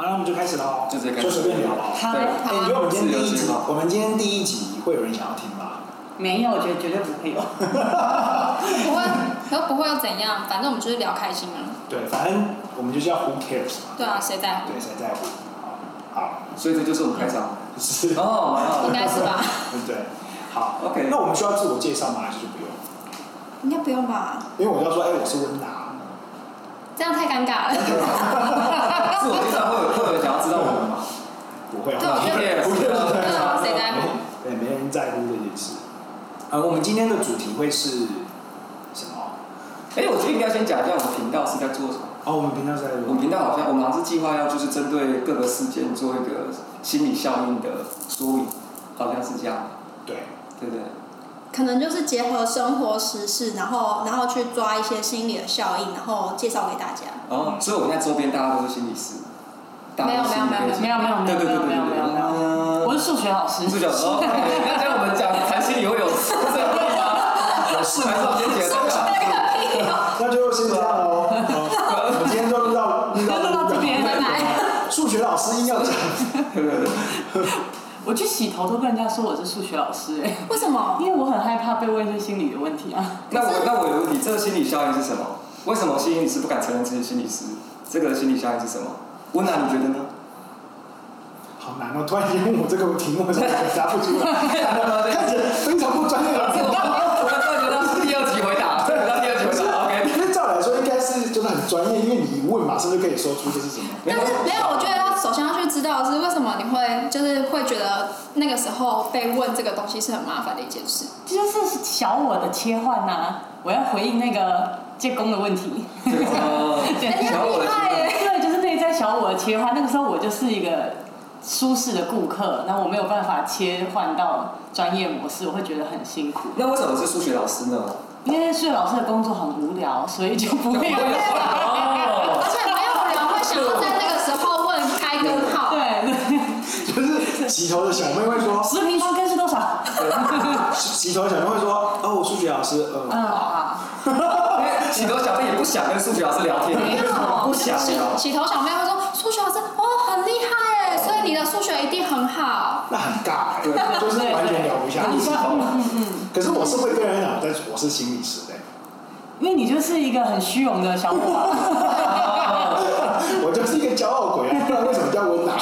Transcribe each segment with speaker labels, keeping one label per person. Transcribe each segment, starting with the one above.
Speaker 1: 那我们就开始了哦，
Speaker 2: 就直接开始
Speaker 1: 就随便聊了哦。
Speaker 3: 好
Speaker 2: 对
Speaker 3: 好
Speaker 1: 你觉得我们今天第一
Speaker 2: 啊自由
Speaker 1: 集
Speaker 2: 自由，
Speaker 1: 我们今天第一集会有人想要听吗？
Speaker 3: 没有，我觉得绝对不会有。
Speaker 4: 不会，可不会又怎样？反正我们就是聊开心啊。
Speaker 1: 对，反正我们就叫 Who cares 嘛，
Speaker 4: 对啊，谁在乎？
Speaker 1: 对，谁在乎？好，
Speaker 2: 所以这就是我们开场。
Speaker 1: 是，
Speaker 2: 哦
Speaker 4: 应该是吧？
Speaker 1: 对，好
Speaker 2: OK
Speaker 1: 那我们需要自我介绍吗？还是就不用？
Speaker 4: 应该不用吧？
Speaker 1: 因为我要说，哎，我是温达，
Speaker 4: 这样太尴尬了。
Speaker 2: 自我介绍会有会有人想要知道我们吗？
Speaker 1: 不会，
Speaker 4: 对我觉
Speaker 2: 得
Speaker 1: 不会，
Speaker 2: 对
Speaker 4: 啊谁在乎？
Speaker 1: 对，没人在乎这件事。呃，我们今天的主题会是什么？
Speaker 2: 哎，我觉得应该先讲一下我们频道是在做什么。
Speaker 1: 哦，我们平常是在
Speaker 2: 我们频道好像我们好像是计划要就是针对各个事件做一个心理效应的说明，好像是这样，
Speaker 1: 对，
Speaker 2: 对不对？
Speaker 5: 可能就是结合生活时事，然后然后去抓一些心理的效应，然后介绍给大家。
Speaker 2: 然后，哦所以我们现在周边大家都是心理师，大家都是心理背景
Speaker 3: 没有没有没有没
Speaker 2: 对
Speaker 3: 有
Speaker 2: 对对嗯对
Speaker 3: 没有没有没有没有
Speaker 2: 对
Speaker 3: 我是数学老师，
Speaker 2: 助教说，那这样我们讲谈心理会有这个 吗？有事还是要先解释啊？
Speaker 1: 那就先这样喽。 好我们今天就录到录
Speaker 3: 就
Speaker 1: 到
Speaker 3: 录到这边，拜拜。
Speaker 1: 数学老师硬要讲，
Speaker 2: 对对对，
Speaker 3: 我去洗头都跟人家说我是数学老师哎、
Speaker 5: 为什么？
Speaker 3: 因为我很害怕被问一些心理的问题啊。
Speaker 2: 那我那我有问题，这个心理效应是什么？为什么心理师不敢承认自己是心理师？这个心理效应是什么？温娜，你觉得呢？
Speaker 1: 好难哦！突然间问我这个题目，我真的答不出来，看起来非常不专业
Speaker 2: 我
Speaker 1: 的。
Speaker 2: 我突然觉得是第二集回答，回到第二集
Speaker 1: 不是
Speaker 2: 回答，OK。
Speaker 1: 因为照来说应该是就是很专业，因为你一问马上就可以说出这是什么。
Speaker 5: 但是没有，我觉得要首先要去知道的是为什么你会就是会觉得那个时候被问这个东西是很麻烦的一件 事。
Speaker 3: 这就是小我的切换呐、我要回应那个建工的 问题。
Speaker 2: 这个
Speaker 3: 对
Speaker 2: 小我的心
Speaker 3: 对，就是内在小我的切换。那个时候我就是一个舒适的顾客，然后我没有办法切换到专业模式，我会觉得很辛苦。
Speaker 2: 那为什么是数学老师呢？
Speaker 3: 因为数学老师的工作很无聊，所以就不会有人
Speaker 2: 哦，
Speaker 5: 而且没有人会想要在那个时候问开根号。
Speaker 3: 对对，
Speaker 1: 就是洗头的小妹会说，哦
Speaker 3: 十平方根是多少？
Speaker 1: 洗呃头的小妹会说，哦，我数学老师，呃，
Speaker 3: 嗯啊，
Speaker 2: 因为许多小妹也不想跟数学老师聊天， 不想聊。
Speaker 5: 洗头小妹会说数学老师哦很厉害耶，所以你的数学一定很好。
Speaker 1: 那很尬、
Speaker 2: 对
Speaker 1: 欸，就是完全聊不下
Speaker 3: 对
Speaker 1: 去
Speaker 3: 对。嗯嗯嗯。
Speaker 1: 可是我是会跟人讲，但是我是心理师的、
Speaker 3: 因为你就是一个很虚荣的小伙 伴，
Speaker 1: 我就是一个骄傲鬼啊，不然为什么叫温拿？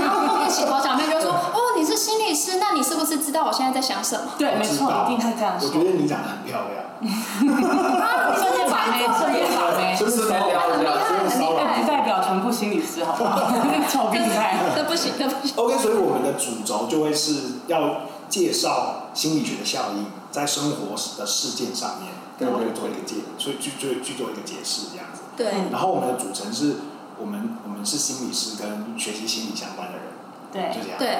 Speaker 5: 然后那个洗头小妹就说哦你是心理师，那你是不是知道我现在在想什么？
Speaker 3: 对，没错，一定会这样
Speaker 1: 我
Speaker 3: 说。
Speaker 1: 觉得你长得很漂亮，
Speaker 5: 啊
Speaker 3: 顺便把妹，顺便把妹，
Speaker 1: 是不是
Speaker 2: 顺便聊一下
Speaker 5: 很厉害很厉害
Speaker 3: 不代表全部心理师，好不 好？臭病态。
Speaker 5: 这不行，这不行。
Speaker 1: OK，所以我们的主轴就会是要介绍心理学的效应在生活的事件上面，
Speaker 2: 对
Speaker 1: 然后
Speaker 2: 对
Speaker 1: 做一个解，去去去去做一个解释这样子。
Speaker 5: 对，
Speaker 1: 然后我们的组成是我们我们是心理师跟学习心理相关的人，
Speaker 3: 对
Speaker 1: 就，这样。
Speaker 5: 对，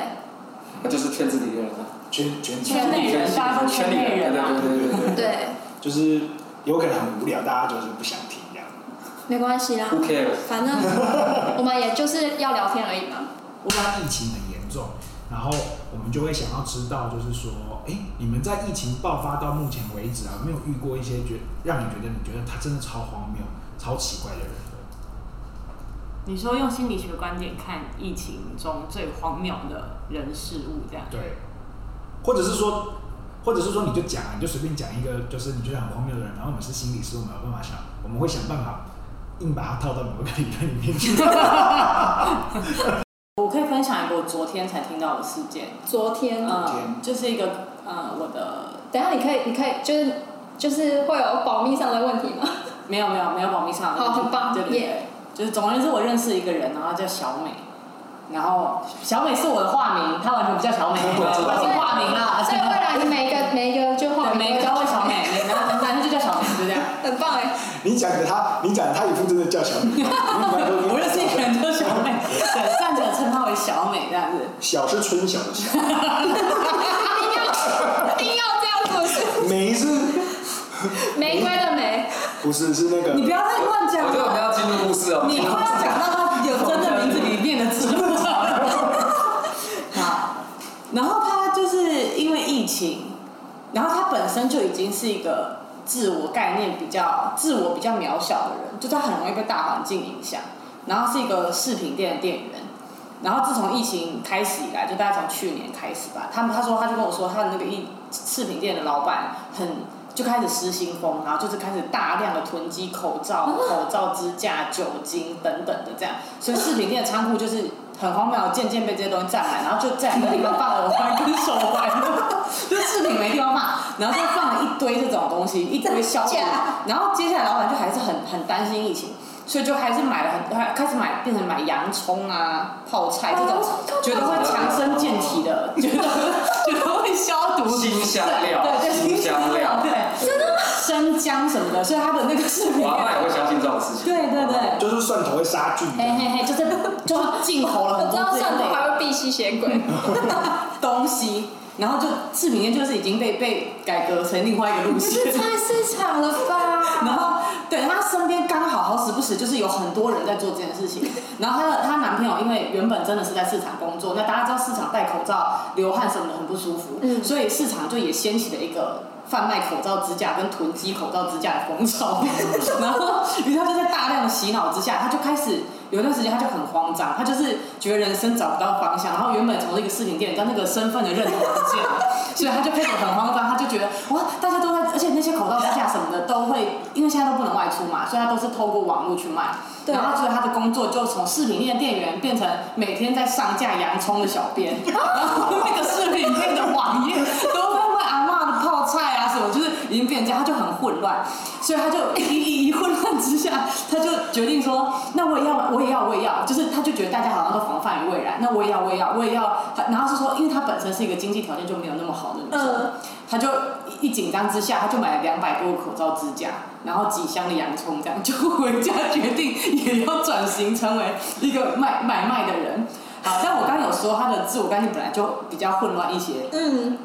Speaker 2: 那就是圈子里的人啊，
Speaker 1: 圈圈子
Speaker 3: 圈内人，大家都圈内人啊。
Speaker 2: 对对对对对。
Speaker 5: 对，
Speaker 1: 就是有可能很无聊，大家就是不想听这样。
Speaker 5: 没关系啦，
Speaker 2: Who cares？
Speaker 5: 反正我们也就是要聊天而已嘛。
Speaker 1: 乌拉疫情很严重，然后我们就会想要知道，就是说，哎，你们在疫情爆发到目前为止啊，有没有遇过一些觉让你觉得你觉得他真的超荒谬、超奇怪的人？
Speaker 3: 你说用心理学观点看疫情中最荒谬的人事物，这样。
Speaker 1: 对，或者是说，或者是说，你就讲，你就随便讲一个，就是你觉得很荒谬的人，然后我们是心理师，我们有办法想，我们会想办法硬把它套到某个理论里面 去。
Speaker 3: 我可以分享一个我昨天才听到的事件，
Speaker 5: 昨天，
Speaker 3: 嗯，就是一个呃，我的
Speaker 5: 等一下你可以，你可以，就是就是会有保密上的问题吗？
Speaker 3: 没有没有没有保密上的问题，
Speaker 5: 好很棒
Speaker 3: 对对对
Speaker 5: 耶
Speaker 3: 就是总而言之，我认识一个人，然后她叫小美，然后小美是我的化名，她完全不叫 小美，我
Speaker 1: 知道
Speaker 3: 是化名啦，
Speaker 5: 所以未来你每一个每一个就画
Speaker 3: 对，每个都会小美，每个反正就叫小美，就这样。
Speaker 5: 很棒哎，
Speaker 1: 你讲的他，你讲的他也不真的叫小米，
Speaker 3: 我
Speaker 1: 我
Speaker 3: 认识一个人叫小美，对，站着称她为小美这样子。
Speaker 1: 小是春晓的晓，
Speaker 5: 一定要一定要这样子，是
Speaker 1: 梅是
Speaker 5: 玫瑰的玫，
Speaker 1: 不是是那个？
Speaker 3: 你不要再乱讲
Speaker 2: 我觉得我们
Speaker 3: 了，
Speaker 2: 要进入故事哦。
Speaker 3: 你快要讲到她有真的名字里面的字幕。好，然后她就是因为疫情，然后她本身就已经是一个自我概念比较、自我比较渺小的人，就是她很容易被大环境影响。然后是一个饰品店的店员。然后自从疫情开始以来，就大概从去年开始吧，他们他说他就跟我说，他的那个一饰品店的老板很就开始失心疯，然后就是开始大量的囤积口 罩、口罩支架、酒精等等的这样，所以饰品店的仓库就是很荒谬，渐渐被这些东西占满，然后就这两个地方放耳环跟手环， 就饰品没地方放，然后就放了一堆这种东西，一 堆消费
Speaker 5: 真假，
Speaker 3: 然后接下来老板就还是很很担心疫情。所以就还是买了很，开始买变成买洋葱啊、泡
Speaker 5: 哦
Speaker 3: 菜这种，觉得会强身健体的， 觉得觉得会消毒
Speaker 2: 新香料
Speaker 3: 对对，
Speaker 2: 新香料
Speaker 3: 对，真的生姜什么的，所以它的那个视 频
Speaker 2: 我，阿妈也会相信这种事情。
Speaker 3: 对对对，
Speaker 1: 就是蒜头会杀菌
Speaker 3: 嘿嘿嘿，就是就是进口了很
Speaker 5: 我知道
Speaker 3: 多这
Speaker 5: 蒜
Speaker 3: 样
Speaker 5: 头
Speaker 3: 的
Speaker 5: 还会避吸血鬼，
Speaker 3: 东西，然后就视频店就是已经被被改革成另外一个路线，
Speaker 5: 菜市场了吧？
Speaker 3: 然后对她身边刚好好时不时就是有很多人在做这件事情，然后她的她男朋友因为原本真的是在市场工作，那大家知道市场戴口罩流汗什么的很不舒服，
Speaker 5: 嗯
Speaker 3: 所以市场就也掀起了一个。贩卖口罩支架跟囤积口罩支架的风潮， 然后于是他就在大量的洗脑之下，他就开始有一段时间他就很慌张，他就是觉得人生找不到方向，然后原本从这个饰品店，但那个身份的认同不见了，所以他就开始很慌张，他就觉得哇，大家都在，而且那些口罩支架什么的都会，因为现在都不能外出嘛，所以他都是透过网络去卖。
Speaker 5: 对
Speaker 3: 然后所以他的工作就从饰品店店员变成每天在上架洋葱的小编，然后 那个饰品店的网页都在卖阿嬷的泡菜啊什么，就是已经变成这样，他就很混乱，所以他就一一一混乱之下，他就决定说，那我也要，我也要，我也要，就是他就觉得大家好像都防范于未然，那我也要，我也要，我也要，他然后是说，因为他本身是一个经济条件就没有那么好的女生，
Speaker 5: 嗯
Speaker 3: 他就一一紧张之下，他就买了两百多个口罩支架，然后几箱的洋葱，这样就回家决定也要转型成为一个卖买卖的人。好，但我刚刚有说他的自我概念本来就比较混乱一些，
Speaker 5: 嗯，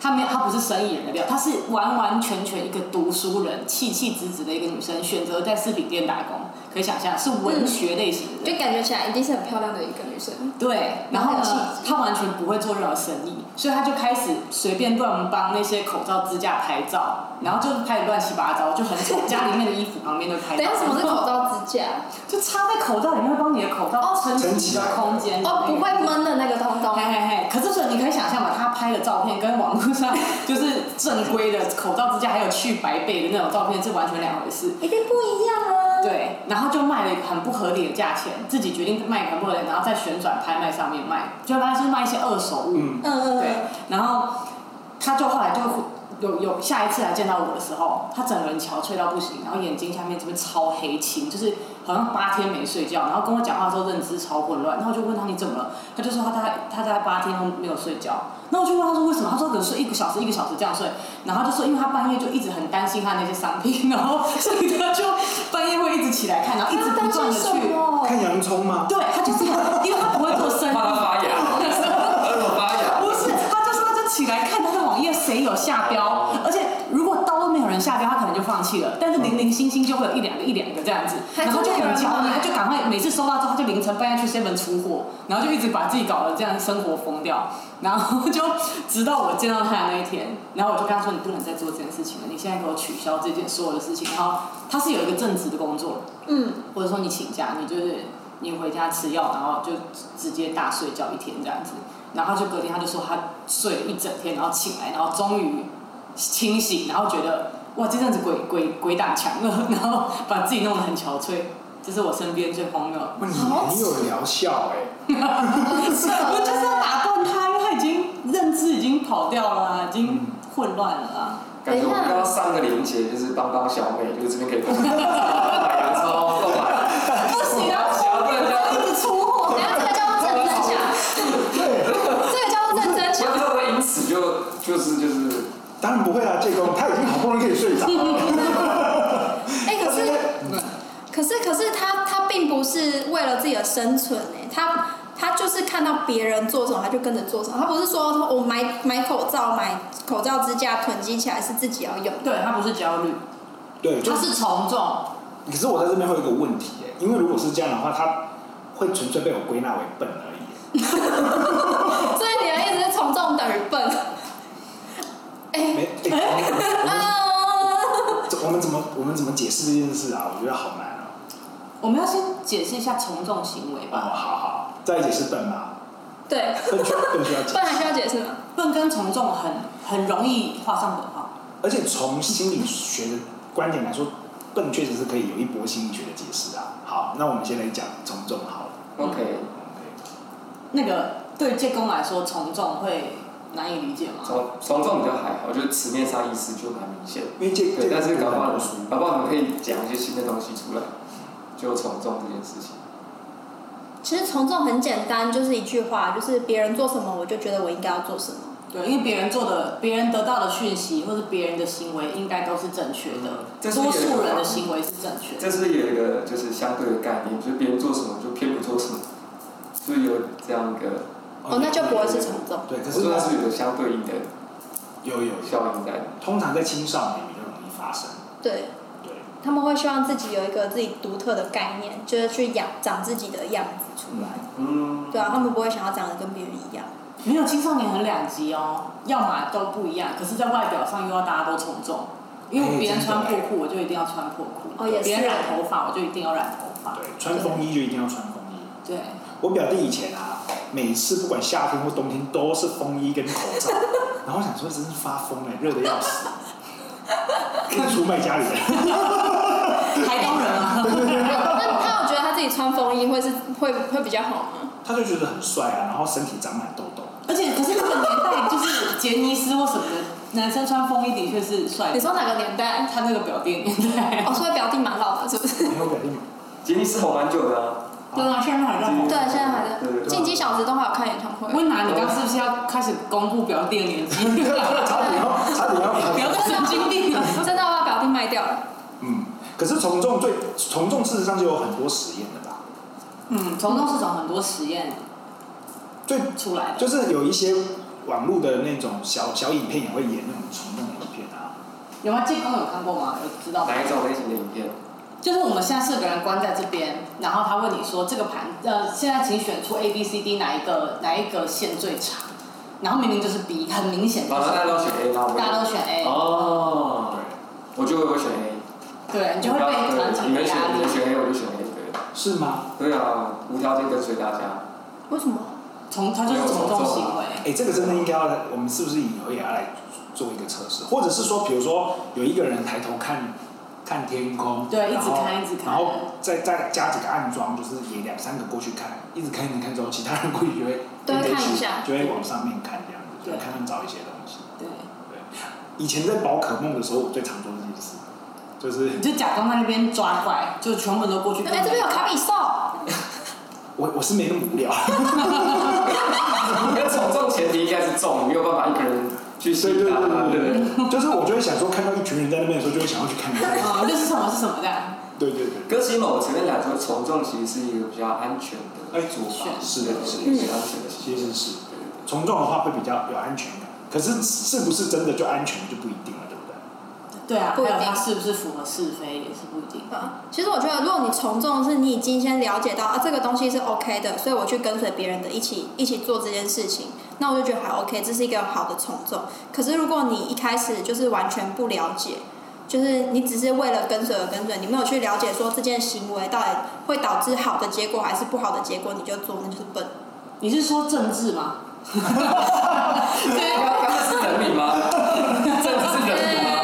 Speaker 3: 她没有，她不是生意人的料，她是完完全全一个读书人，气气质质的一个女生，选择在饰品店打工，可以想象是文学类型的人。
Speaker 5: 就感觉起来一定是很漂亮的一个女生。
Speaker 3: 对，然后
Speaker 5: 然后
Speaker 3: 呢
Speaker 5: 呢，
Speaker 3: 她完全不会做任何生意，所以她就开始随便乱帮那些口罩支架拍照，然后就拍得乱七八糟，就很丑，家里面的衣服旁边就拍
Speaker 5: 等
Speaker 3: 照。
Speaker 5: 一下什么是口？罩支架？
Speaker 3: 就插在口罩里面，会帮你的口罩
Speaker 5: 哦
Speaker 3: 撑
Speaker 1: 撑
Speaker 3: 起
Speaker 1: 起
Speaker 3: 一个
Speaker 1: 来
Speaker 3: 空间。
Speaker 5: 哦，不会闷的那个东
Speaker 3: 嘿
Speaker 5: 东。
Speaker 3: 嘿嘿，可是所以你可以想象嘛，他拍的照片跟网络上就是正规的口罩支架还有去白背的那种照片是完全两回事。
Speaker 5: 一定不一样啊！
Speaker 3: 对，然后就卖了一个很不合理的价钱，自己决定卖一个很不合理，然后在旋转拍卖上面卖，就发现是卖一些二手物。
Speaker 2: 嗯，
Speaker 5: 嗯嗯
Speaker 3: 对
Speaker 5: 嗯，，
Speaker 3: 然后他就后来就有有下一次啊来见到我的时候，他整个人憔悴到不行，然后眼睛下面这边超黑青，就是好像八天没睡觉，然后跟我讲话的时候认知超混乱，然后我就问他你怎么了，他就说他大概他大概八天都没有睡觉，那我就问他说为什么，他说可能睡一个小时一个小时这样睡，然后他就说因为他半夜就一直很担心他那些商品，然后所以他就半夜会一直起来看，然后一直不
Speaker 5: 担
Speaker 3: 断
Speaker 5: 心
Speaker 3: 的
Speaker 5: 什
Speaker 3: 去。
Speaker 5: 么？
Speaker 1: 看洋葱吗？
Speaker 3: 对他就是很，因为他不会做生意，
Speaker 2: 怕它发芽，耳朵发芽。
Speaker 3: 不是，他就是他就起来看他的网页谁有下标，而且如果都没有人下标，他可能就放弃了。但是零零星星就会有一两个一两个这样子，
Speaker 5: 还
Speaker 3: 然后就
Speaker 5: 真的有
Speaker 3: 很
Speaker 5: 人
Speaker 3: 焦虑，
Speaker 5: 买
Speaker 3: 他就赶快每次收到之后，他就凌晨半夜去 seven 出货，然后就一直把自己搞得这样生活疯掉。然后就直到我见到他的那一天，然后我就跟他说：“你不能再做这件事情了，你现在给我取消这件所有的事情。”然后他是有一个正职的工作，
Speaker 5: 嗯，
Speaker 3: 或者说你请假，你就是你回家吃药，然后就直接大睡觉一天这样子。然后就隔天他就说他睡了一整天，然后醒来，然后终于清醒，然后觉得哇这阵子鬼鬼鬼打墙了，然后把自己弄得很憔悴。这是我身边最荒谬的，
Speaker 1: 哇，你很有疗效哎、
Speaker 3: 我
Speaker 5: 是
Speaker 3: 就是要
Speaker 5: 的。
Speaker 3: 打断他，因为他已经认知已经跑掉了啊，已经混乱了啊。
Speaker 2: 感觉我们刚刚上个连接就是帮帮小美，就是这边可 以帮。买洋葱，购买。
Speaker 3: 不行啊，
Speaker 2: 要不然这样
Speaker 3: 我一直出货，
Speaker 5: 等一下这个叫做正增强，
Speaker 1: 对，
Speaker 5: 这个叫做正增
Speaker 2: 我
Speaker 5: 强。
Speaker 2: 会不会因此就就是就是
Speaker 1: 当然不会啊啦，这个他已经好不容易可以睡着了。
Speaker 5: 哎，可是，可是，可是他他并不是为了自己的生存哎、他他就是看到别人做什么，他就跟着做什么。他不是说我买买口罩、买口罩支架囤积起来是自己要用的，
Speaker 3: 对他不是焦虑，
Speaker 1: 对，就
Speaker 3: 他是从众。
Speaker 1: 可是我在这边会有一个问题耶，因为如果是这样的话，他会纯粹被我归纳为笨而已耶。
Speaker 5: 所以你的意思是从众等于笨。哎、
Speaker 1: 没，哎
Speaker 5: 啊，
Speaker 1: 我们怎我们怎么我们怎么解释这件事啊？我觉得好难哦。
Speaker 3: 我们要先解释一下从众行为
Speaker 1: 哦，
Speaker 3: 吧。
Speaker 1: 好好，再解释笨嘛，
Speaker 5: 对，
Speaker 1: 笨需要笨需要解
Speaker 5: 不然还需要解释吗？
Speaker 3: 笨跟从众很很容易画上等号。
Speaker 1: 而且从心理学的观点来说，笨确实是可以有一波心理学的解释啊。好，那我们先来讲从众好了。
Speaker 2: OK，
Speaker 1: OK，
Speaker 3: 那个对建工来说，从众会难以理解吗？
Speaker 2: 从从众比较还好，就是词面上意思就蛮明显。
Speaker 1: 因为这
Speaker 2: 对，
Speaker 1: 这
Speaker 2: 但
Speaker 1: 个
Speaker 2: 是搞不好
Speaker 1: 书，
Speaker 2: 搞不好你们可以讲一些新的东西出来，就从众这件事情。
Speaker 5: 其实从众很简单，就是一句话，就是别人做什么，我就觉得我应该要做什么。
Speaker 3: 对，因为别人做的、别人得到的讯息或者别人的行为，应该都是正确的。
Speaker 2: 嗯这是一个嗯
Speaker 3: 多数人的行为是正确的。
Speaker 2: 这是有一个就是相对的概念，就是别人做什么就偏不做什么，所以有这样一个，
Speaker 5: 哦，那就不会是从众。
Speaker 1: 对，可
Speaker 2: 我
Speaker 1: 是
Speaker 2: 说它是有个相对应的
Speaker 1: 有有有，
Speaker 2: 效应在。
Speaker 1: 通常在青少年比较容易发生。
Speaker 5: 对，
Speaker 1: 对，
Speaker 5: 他们会希望自己有一个自己独特的概念，就是去养长自己的样子出来。
Speaker 2: 嗯，
Speaker 5: 对啊，他们不会想要长得跟别人一样。
Speaker 3: 没有青少年很两极哦，要么都不一样，可是在外表上又要大家都从众，因为别人穿破裤，我
Speaker 2: 哎
Speaker 3: 就一定要穿破裤；
Speaker 5: 哦也是
Speaker 3: 别人染头发，我就一定要染头发。
Speaker 1: 对，穿风衣就一定要穿风衣。
Speaker 3: 对，
Speaker 1: 我表弟以前啊，每次不管夏天或冬天都是风衣跟口 罩，然后我想说真是发疯了，热的要死，可以出卖家里人。
Speaker 3: 台东人啊，
Speaker 4: 那他有觉得他自己穿风衣会是会会比较好吗？
Speaker 1: 他就觉得很帅啊，然后身体长满痘痘。
Speaker 3: 而且可是那个年代就是杰尼斯或什么的，男生穿风衣的确是帅
Speaker 4: 你。说哪个年代？
Speaker 3: 他那个表弟年
Speaker 5: 嗯
Speaker 3: 代，
Speaker 4: 哦，所以表弟蛮老的，是不是？
Speaker 1: 没有表弟嘛，
Speaker 2: 杰尼斯红蛮久的啊，
Speaker 3: 对啊，现在还在
Speaker 2: 杰尼
Speaker 3: 红
Speaker 2: 斯
Speaker 4: 对，现在还在
Speaker 2: 对对。对
Speaker 4: 进击小子都还有看演唱会。
Speaker 3: 啊温拿，你刚刚是不是要开始公布表弟的年纪？
Speaker 1: 差点要差点要
Speaker 3: 不要再神经病了。
Speaker 4: 真的要把表弟卖掉了。
Speaker 1: 嗯，可是从众最从众事实上就有很多实验的吧，
Speaker 3: 嗯，从众是从很多实验
Speaker 1: 最
Speaker 3: 出来的。
Speaker 1: 就是有一些网络的那种小小影片也会演那种从众的影片啊，
Speaker 3: 有吗？健康有看过吗？有知道吗？
Speaker 2: 哪一种类型的影片？
Speaker 3: 就是我们现在四个人关在这边，然后他问你说这个盘，呃，现在请选出 A、B、C、D 哪一个哪一个线最长，然后明明就是 B，很明显就
Speaker 2: 反
Speaker 3: 是
Speaker 2: 正大家都选 A 吗？
Speaker 3: 大家都选 A，、
Speaker 2: 哦，
Speaker 1: 对，
Speaker 2: 我就我选 A，
Speaker 3: 对你就会被团
Speaker 2: 你
Speaker 3: 体的
Speaker 2: 们选
Speaker 3: 压
Speaker 2: 我
Speaker 3: 力。
Speaker 2: 选 A，我就选 A，对，
Speaker 1: 是吗？
Speaker 2: 对啊，无条件跟随大家，
Speaker 5: 为什么？
Speaker 3: 从他就是从众行为，
Speaker 1: 哎，这个真的应该要来，我们是不是以后也要来做一个测试？或者是说，比如说有一个人抬头看看天空，
Speaker 3: 对一直
Speaker 1: 然后
Speaker 3: 看一直看
Speaker 1: 然后再再加几个暗装，就是也两三个过去看，一直看一直看之后，其他人过去就会
Speaker 4: 都会看一下
Speaker 1: 就会往上面看这样子，就会
Speaker 3: 对
Speaker 1: 看看找一些东西。
Speaker 3: 对，
Speaker 1: 以前在宝可梦的时候，我最常做这件事，就是
Speaker 3: 你就假装在那边抓怪，就全部人都过去。
Speaker 4: 哎，这边有卡比兽，
Speaker 1: 我我是没那么无聊，
Speaker 2: 因为从众前提应该是众，你没有办法一个人去吸引大家， 对不对？
Speaker 1: 就是我就会想说，看到一群人在那边的时候，就会想要去看一下。
Speaker 3: 啊，就是什么是什么这样。
Speaker 1: 对对对，
Speaker 2: 可是某层面来说，从众其实是一个比较安全的做法，
Speaker 1: 哎是的是的
Speaker 3: 嗯
Speaker 2: 是安全的
Speaker 1: 其
Speaker 2: 行为。
Speaker 1: 实是
Speaker 2: 对对
Speaker 1: 从众的话会比较有安全感，可是是不是真的就安全就不一定了，对不对？
Speaker 3: 对啊，还
Speaker 5: 不一
Speaker 3: 有
Speaker 5: 定
Speaker 3: 他是不是符合是非也是不一定。
Speaker 5: 啊，其实我觉得，如果你从众，是你已经先了解到啊，这个东西是 OK 的，所以我去跟随别人的一起一起做这件事情，那我就觉得还 OK，这是一个好的从众。可是如果你一开始就是完全不了解，就是你只是为了跟随而跟随，你没有去了解说这件行为到底会导致好的结果还是不好的结果，你就做，那就是笨。
Speaker 3: 你是说政治吗？
Speaker 2: 对。啊刚刚刚是人名吗？政治是人名吗？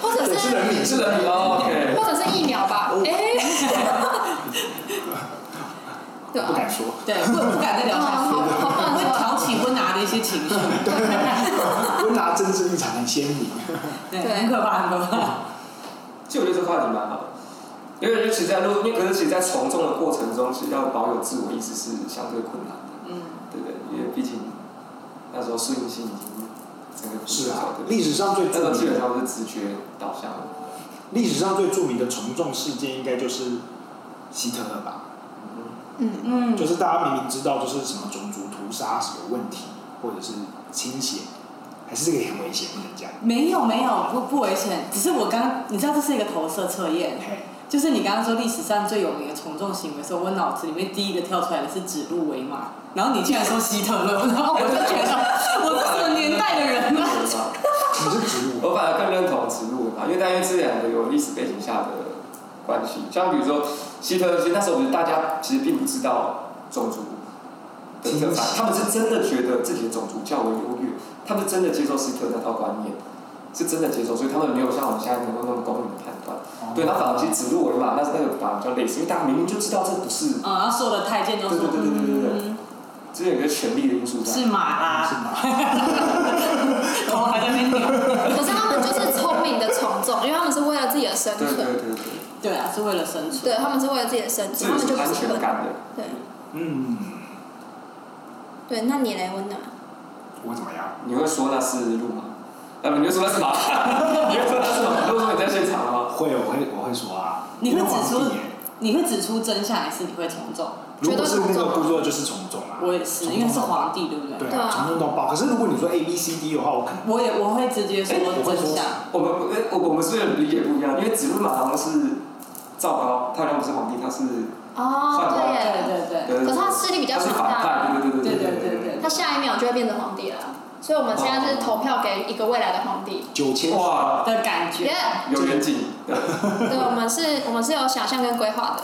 Speaker 4: 或者是
Speaker 1: 人
Speaker 2: 是人名哦，OK。
Speaker 4: 或者是疫苗 吧？哎， 对
Speaker 1: 不
Speaker 4: 啊，
Speaker 1: 敢说。
Speaker 3: 对，不不敢再聊下去，
Speaker 4: 嗯好好好
Speaker 3: 会挑起温拿的一些情绪，
Speaker 1: 温拿政治立场很鲜明，
Speaker 3: 对，
Speaker 4: 对
Speaker 3: 很可怕，很可怕。
Speaker 2: 其实我觉得这个话题蛮好的，因为其实在录，因为可是其实，在从众的过程中，其实要保有自我意识是相对困难的，
Speaker 3: 嗯，
Speaker 2: 对不对？因为毕竟那时候适应性已经整个不
Speaker 1: 是啊
Speaker 2: 对，不对啊
Speaker 1: 历史上最
Speaker 2: 那时
Speaker 1: 著
Speaker 2: 候基
Speaker 1: 名
Speaker 2: 本
Speaker 1: 的
Speaker 2: 上是直觉导向的。
Speaker 1: 历史上最著名的从众事件应该就是希特勒吧。
Speaker 2: 嗯
Speaker 5: 嗯，
Speaker 3: 嗯
Speaker 1: 就是大家明明知道就是什么种族屠杀是有问题，或者是倾斜，还是这个也很危险，不能讲。
Speaker 3: 没有没有不不危险，只是我刚你知道这是一个投射测验，
Speaker 1: 嘿，
Speaker 3: 就是你刚刚说历史上最有名的从众行为的时候，我脑子里面第一个跳出来的是指鹿为马，然后你竟然说希特勒，然后我就觉得我是什么年代的人啊？
Speaker 1: 你是植物，哦
Speaker 2: 我反而更认同植入吧，因为大约这两个有历史背景下的关系。像比如说希特勒，其实那时候其实大家其实并不知道种族的正反，他们是真的觉得自己的种族较为优越，他们真的接受希特勒那套观念，是真的接受，所以他们没有像我们现在能够那么公允的判断。对，他反而其实指鹿为马，但是那个反而比较类似，因为大家明明就知道这不是，
Speaker 3: 啊，他说的太监都说，
Speaker 2: 对对对对对对
Speaker 3: 嗯
Speaker 2: 这有一个权力的因素在。
Speaker 3: 是马
Speaker 1: 是
Speaker 3: 啦，
Speaker 1: 吗？
Speaker 3: 头还在那边扭。
Speaker 5: 可是他们就是聪明的从众，因为他们是为了自己的生
Speaker 2: 对对
Speaker 5: 存，
Speaker 2: 对对，
Speaker 3: 对啊，是为了生存。
Speaker 5: 对他们是为了自己的生
Speaker 2: 这也
Speaker 5: 存，他们
Speaker 2: 是
Speaker 5: 就不
Speaker 2: 安
Speaker 5: 是
Speaker 2: 全
Speaker 5: 笨。
Speaker 2: 感的。
Speaker 5: 对
Speaker 1: 嗯，
Speaker 5: 对，那你来温暖，
Speaker 1: 我怎么样？
Speaker 2: 你会说那是鹿吗？那你就说那是马， 你会说那是马。如果说你在现场的话，
Speaker 1: 会，我会，我会说啊。
Speaker 3: 你会
Speaker 1: 因为皇
Speaker 3: 指出
Speaker 1: 帝耶
Speaker 3: 你会指出真相，还是你会从众？
Speaker 1: 如果是那个部落就是从众啊。
Speaker 3: 我也是，
Speaker 1: 从众
Speaker 3: 因为是皇帝，对不对？
Speaker 1: 对
Speaker 5: 对
Speaker 1: 啊，
Speaker 5: 啊
Speaker 1: 从众到爆。可是如果你说 A B C D 的话，我可能
Speaker 3: 我也我会直接说
Speaker 2: 哎
Speaker 1: 我会
Speaker 3: 真
Speaker 1: 说
Speaker 3: 相。
Speaker 2: 我们不，哎我我们是不是理解不一样？因为指鹿马好像是赵高，他好像不是皇帝，他是
Speaker 5: 哦，对
Speaker 3: 对
Speaker 5: 耶，
Speaker 3: 对对，
Speaker 2: 呃
Speaker 5: 可是他势力比较
Speaker 2: 他是
Speaker 5: 强
Speaker 2: 反
Speaker 5: 大，
Speaker 2: 派，对对对
Speaker 3: 对
Speaker 2: 对
Speaker 3: 对对
Speaker 5: 他下一秒就会变成皇帝了。所以我们现在是
Speaker 2: 哦
Speaker 5: 投票给一个未来的皇帝。
Speaker 1: 九千
Speaker 2: 哇，
Speaker 3: 的感觉。
Speaker 5: 耶！
Speaker 2: 有远景，
Speaker 5: 对，我们是，我们是有想象跟规划的。